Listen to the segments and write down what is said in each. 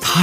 他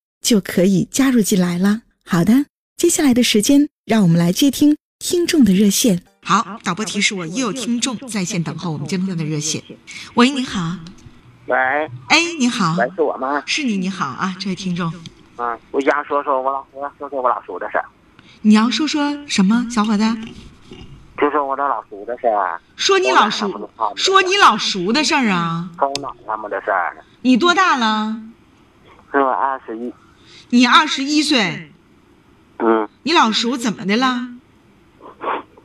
就可以加入进来了。好的，接下来的时间，让我们来接听听众的热线。好，哦导播提示我，也有听众在线等候我们接通他的热线。喂，您好，喂，哎，您好，喂，是我吗？是你，你好啊，这位听众，啊，我想说说我老我想说说我老叔的事儿，你要说说什么，小伙子？就说我的老叔的事儿，啊说你老叔，说你老叔的事儿啊？跟我奶奶们的事儿，你多大了？是我二十一，你二十一岁，嗯，你老叔怎么的了？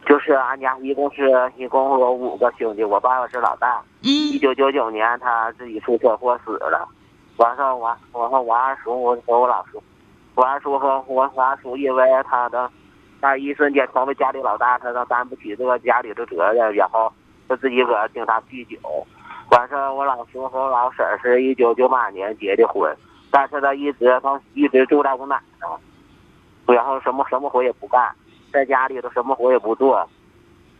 就是俺家一共是一共我五个兄弟，我爸爸是老大，一嗯九九九年他自己出车祸死了，完事儿完完后我二叔我和我老叔，我二叔和我我二叔因为他的，他一瞬间成为家里老大，他都担不起这个家里的责任，然后他自己搁警察酗酒，完事儿我老叔和我老婶儿是一九九八年结的婚，但是他一直他一直住在我奶奶那，然后什么什么活也不干，在家里头什么活也不做，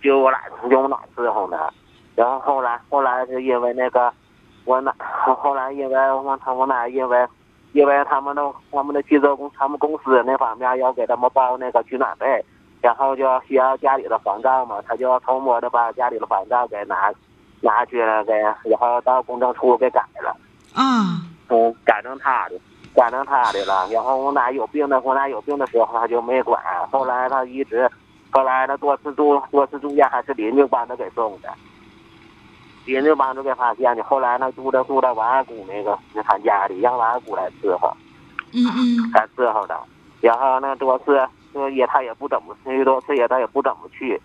就我奶就我奶伺候他。然后后来后来是因为那个我奶，后来因为我他我奶因为因为他们的他们的汽车公他们公司那方面要给他们报那个取暖费，然后就要需要家里的房账嘛，他就要偷摸的把家里的房账给拿拿去了给，然后到公证处给改了，啊，嗯，改成他的。改成他的了，然后我奶有病的，我奶有病的时候他就没管，后来他一直，后来他多次住多次住院，还是邻居帮他给送的。邻居帮着给发现的，后来呢，住在住在王二姑那个那他家里，让王二姑来伺候，嗯嗯来伺候他。然后呢，多次呃也他也不怎么去，多次也他也不怎么去，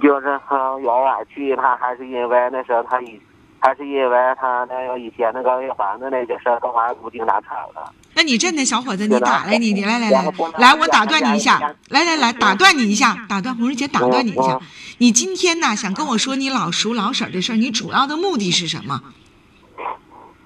就是呃他偶尔去，他还是因为那时候他以，还是因为他那个以前那个房子那个事儿跟王二姑经常吵了。那你真的小伙子，你打来，你你来来来来，我打断你一下，来来来，打断你一下，打断红日姐，打断你一下。你今天呢，想跟我说你老叔老婶儿的事儿，你主要的目的是什么？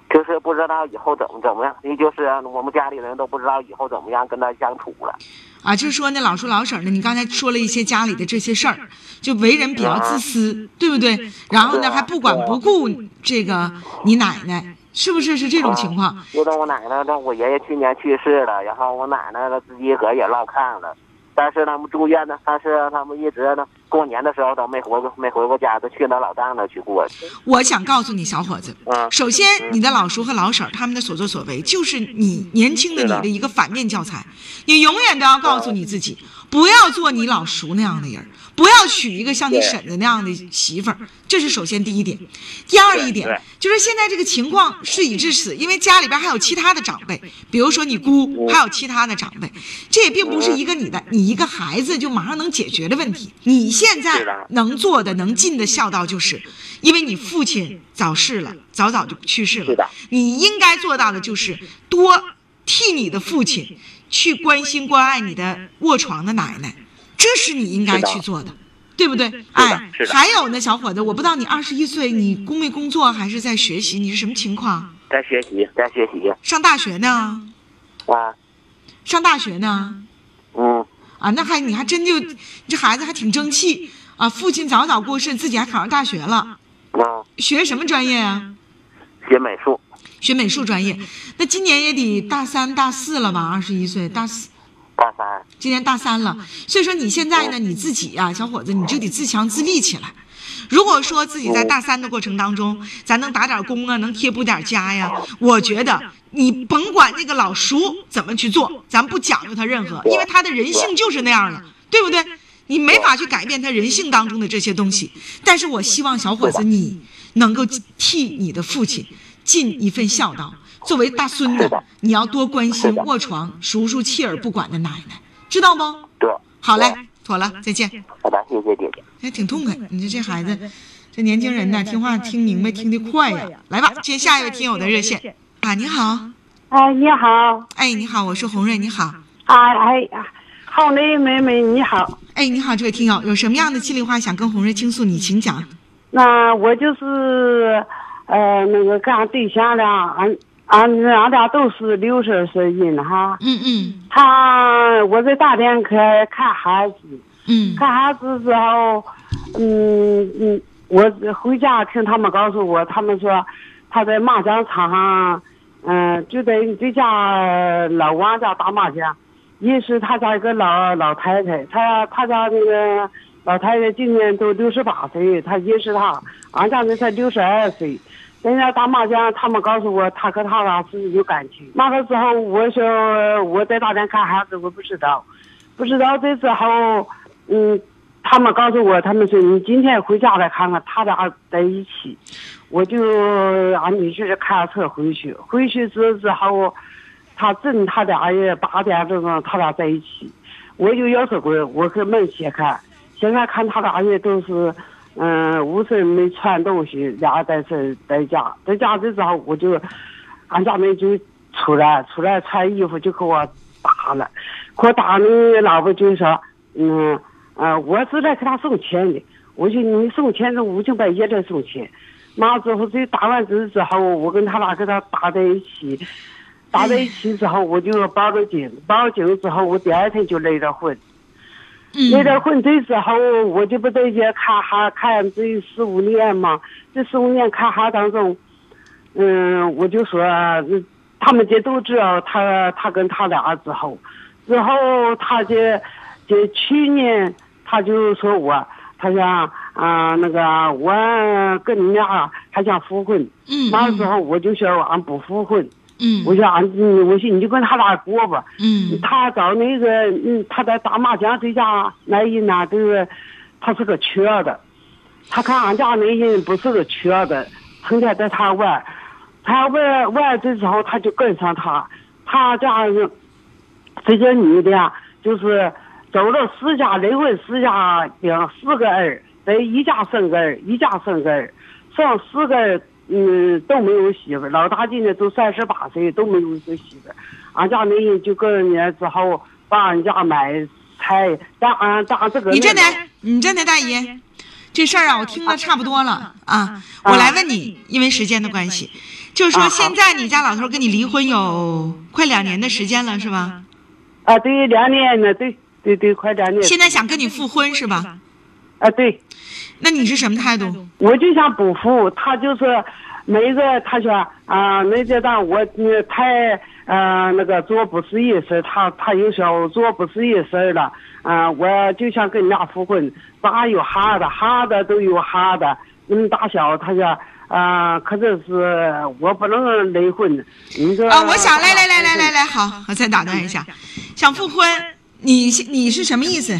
就是不知道以后怎么怎么样，也就是呃我们家里人都不知道以后怎么样跟他相处了。啊，就是说那老叔老婶儿呢，你刚才说了一些家里的这些事儿，就为人比较自私，对不对？然后呢，还不管不顾这个你奶奶，是不是是这种情况？就啊在我奶奶，那我爷爷去年去世了，然后我奶奶呢自己搁也落炕了，但是他们住院呢，但是他们一直呢，过年的时候都没回过，没回过家，都去那老丈那去过去。我想告诉你，小伙子，嗯首先，你的老叔和老婶儿他们的所作所为，就是你年轻的你的一个反面教材。你永远都要告诉你自己，不要做你老叔那样的人儿，不要娶一个像你婶子那样的媳妇儿。这是首先第一点。第二一点对就是现在这个情况事已至此，因为家里边还有其他的长辈，比如说你嗯姑，还有其他的长辈，这也并不是一个你的你一个孩子就马上能解决的问题。你现在是的能做的、能尽的孝道，就是因为你父亲早逝了，早早就去世是了的，你应该做到的就是多替你的父亲去关心、关爱你的卧床的奶奶，这是你应该是的去做的。对不对？哎是，的还有呢，小伙子，我不知道你二十一岁，你工没工作，还是在学习？你是什么情况？在学习，在学习上大学呢？啊，上大学呢？嗯，啊，那还你还真就这孩子还挺争气啊！父亲早早过世，自己还考上大学了，嗯，学什么专业啊？学美术，学美术专业。那今年也得大三、大四了吧？二十一岁，大四。大三，啊今年大三了，所以说你现在呢，你自己呀、小伙子，你就得自强自立起来。如果说自己在大三的过程当中，咱能打点工啊，能贴补点家呀，我觉得你甭管那个老叔怎么去做，咱不讲究他任何，因为他的人性就是那样了，对不对？你没法去改变他人性当中的这些东西，但是我希望小伙子你能够替你的父亲尽一份孝道。作为大孙子，你要多关心卧床、叔叔弃而不管的奶奶，知道不？对，好嘞，妥了，再见。好的，谢谢姐姐。还哎挺痛快，你说这孩子，这年轻人呐，听话听明白，听得快呀。来吧，接下一位听友的热线。啊，你好，哎，你好，哎，你好，我是红瑞，你好，啊，哎呀，浩雷妹妹你好，哎，你好，这位听友，有什么样的心里话想跟红瑞倾诉，你请讲。那我就是，呃，那个干对象了，俺俺俺俩都是六十岁人哈。嗯嗯他我在大连开看孩子，嗯看孩子之后，嗯嗯，我回家听他们告诉我，他们说他在麻将场上，嗯、就在这家老王家打麻将，也是他家一个老老太太，他他家那个老太太今年都六十八岁，他也是他，俺家那才六十二岁。人家打麻将，他们告诉我，他和他俩是有感情。那个时候，我说我在大连看孩子，我不知道，不知道这时候，嗯，他们告诉我，他们说你今天回家来看看，他俩在一起，我就俺女婿就开着车回去，回去之之后，他正他俩也八点这钟，他俩在一起，我就钥匙柜，我给门掀开，现在看他俩也都是，嗯、无事没穿东西，俩在这在家，在家这时候我就，俺家妹就出来，出来穿衣服就给我打了，给我打那老婆就说，嗯，呃，我是来给他送钱的，我说你送钱这五更半夜来送钱，那之后这打完之之后，我跟他俩给他打在一起。打在一起之后，我就报了警，报了警之后，我第二天就离了婚。离嗯了婚这时候，我就不在家看哈看这十五年嘛，这十五年看哈当中，嗯，我就说嗯他们家都知道啊他他跟他俩之后，之后他就就去年他就说我，他说啊、那个我跟你俩还想复婚，嗯那时候我就说俺不复婚，嗯我说俺我说你就跟他俩过吧。嗯他找那个，嗯，他在打麻将这家男人呐，这个他是个瘸的，他看俺家男人不是个瘸的，成天在他玩儿，他玩玩儿的时候他就跟上他，他这样子，这个女的呀，就是走了十家离婚十家领四个儿，得一家生个儿，一家生个儿，剩四个儿嗯都没有媳妇儿，老大今年都三十八岁都没有一个媳妇儿，俺家那人就跟人家之后帮俺家买菜，让俺家这个你真的那个，你真的大姨，这事儿啊，我听的差不多了啊。我来问你，因为时间的关系，就是说现在你家老头跟你离婚有快两年的时间了，是吧？啊，对，两年了，对对对，快两年了，现在想跟你复婚是吧？啊，对。那你是什么态度？我就想补付，他就是每个他说啊，那阶段我呃太呃那个做不是一事，他他又说我做不是一事了，啊、我就想跟人家复婚，爸有哈的，哈的都有哈的，你们大小他说啊、可真是我不能离婚，你说啊，我想来来来来来来，好，我再打断一下，想复婚，你是你是什么意思？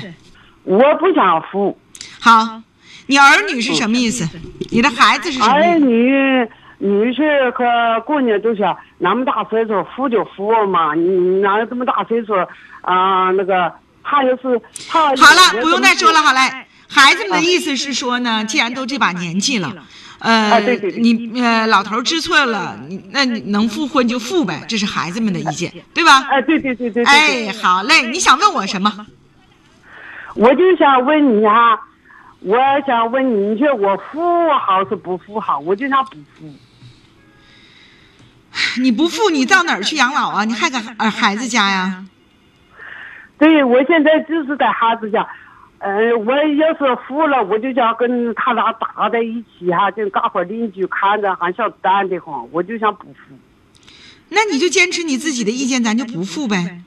我不想复，好，你儿女是什么意思？你的孩子是什么儿意思？女女婿和姑娘都想，那么大岁数服就服嘛，你哪有这么大岁数啊、那个他就是他。好了，不用再说了，好嘞。孩子们的意思是说呢，既然都这把年纪了，呃啊对对，对你呃老头儿知错了，你那你能复婚就复呗，这是孩子们的意见，对吧？哎，对对对对对。哎，好嘞，你想问我什么？我就想问你啊，我想问你，你说我服好是不服好？我就想不服。你不复，你到哪儿去养老啊？你还搁呃孩子家呀？对，我现在就是在孩子家，呃，我要是服了，我就想跟他俩打在一起哈、就大伙邻居看着俺小蛋的慌，我就想不服。那你就坚持你自己的意见，咱就不复呗。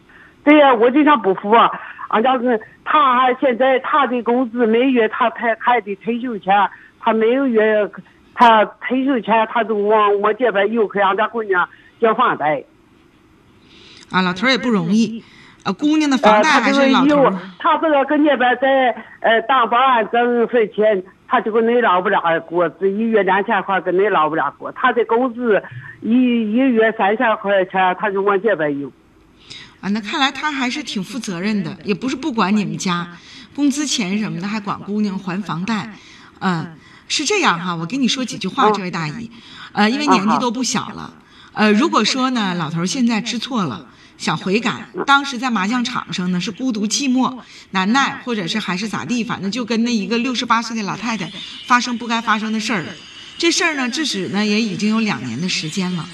对呀、我就想不服啊！俺家是他还现在他的工资每月他才还得退休钱他每个月他退休前他都往我这边又给俺家姑娘交房贷。啊，老头儿也不容易，啊，姑娘的呃，房贷他还这是个老头又儿。他这个跟那边在呃当保安挣份钱，他就跟恁老不俩过，这一月两千块跟恁老不俩过。他的工资一一月三千块钱，他就往这边用。啊，那看来他还是挺负责任的，也不是不管你们家工资钱什么的，还管姑娘还房贷，嗯，是这样哈。我跟你说几句话，哦这位大姨，呃，因为年纪好都不小了，呃，如果说呢，老头儿现在知错了。想悔改，当时在麻将场上呢是孤独寂寞难耐，或者是还是咋地，反正就跟那一个六十八岁的老太太发生不该发生的事儿了。这事儿呢，至始呢也已经有两年的时间了。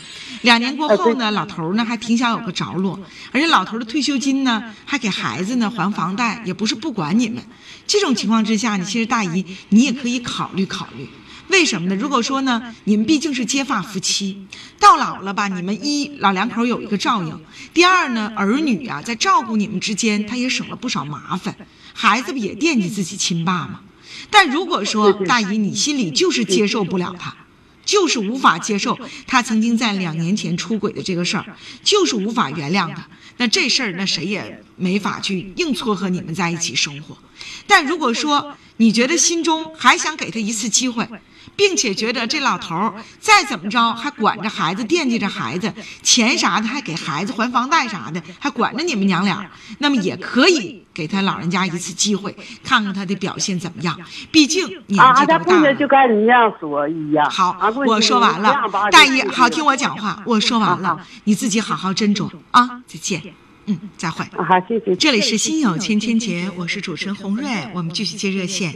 两年过后呢，老头儿呢还挺想有个着落，而且老头儿的退休金呢还给孩子呢还房贷，也不是不管你们。这种情况之下呢，其实大姨你也可以考虑考虑。为什么呢？如果说呢，你们毕竟是结发夫妻，到老了吧，你们一老两口有一个照应，第二呢，儿女啊在照顾你们之间，他也省了不少麻烦，孩子不也惦记自己亲爸吗？但如果说大姨你心里就是接受不了他，就是无法接受他曾经在两年前出轨的这个事儿，就是无法原谅他。那这事儿，那谁也没法去硬撮合你们在一起生活。但如果说你觉得心中还想给他一次机会，并且觉得这老头儿再怎么着还管着孩子、惦记着孩子，钱啥的还给孩子还房贷啥的，还管着你们娘俩，那么也可以给他老人家一次机会，看看他的表现怎么样。毕竟年俺纪家都姑大了娘。就跟你那样说一样。好俺，姑娘我说完这样啊吧了，大就姨，是好听我讲话，我说完好了好，你自己好好斟酌啊，再见，嗯，再会。啊，好，谢谢。这里是心有千千结，我是主持人洪瑞，我们继续接热线。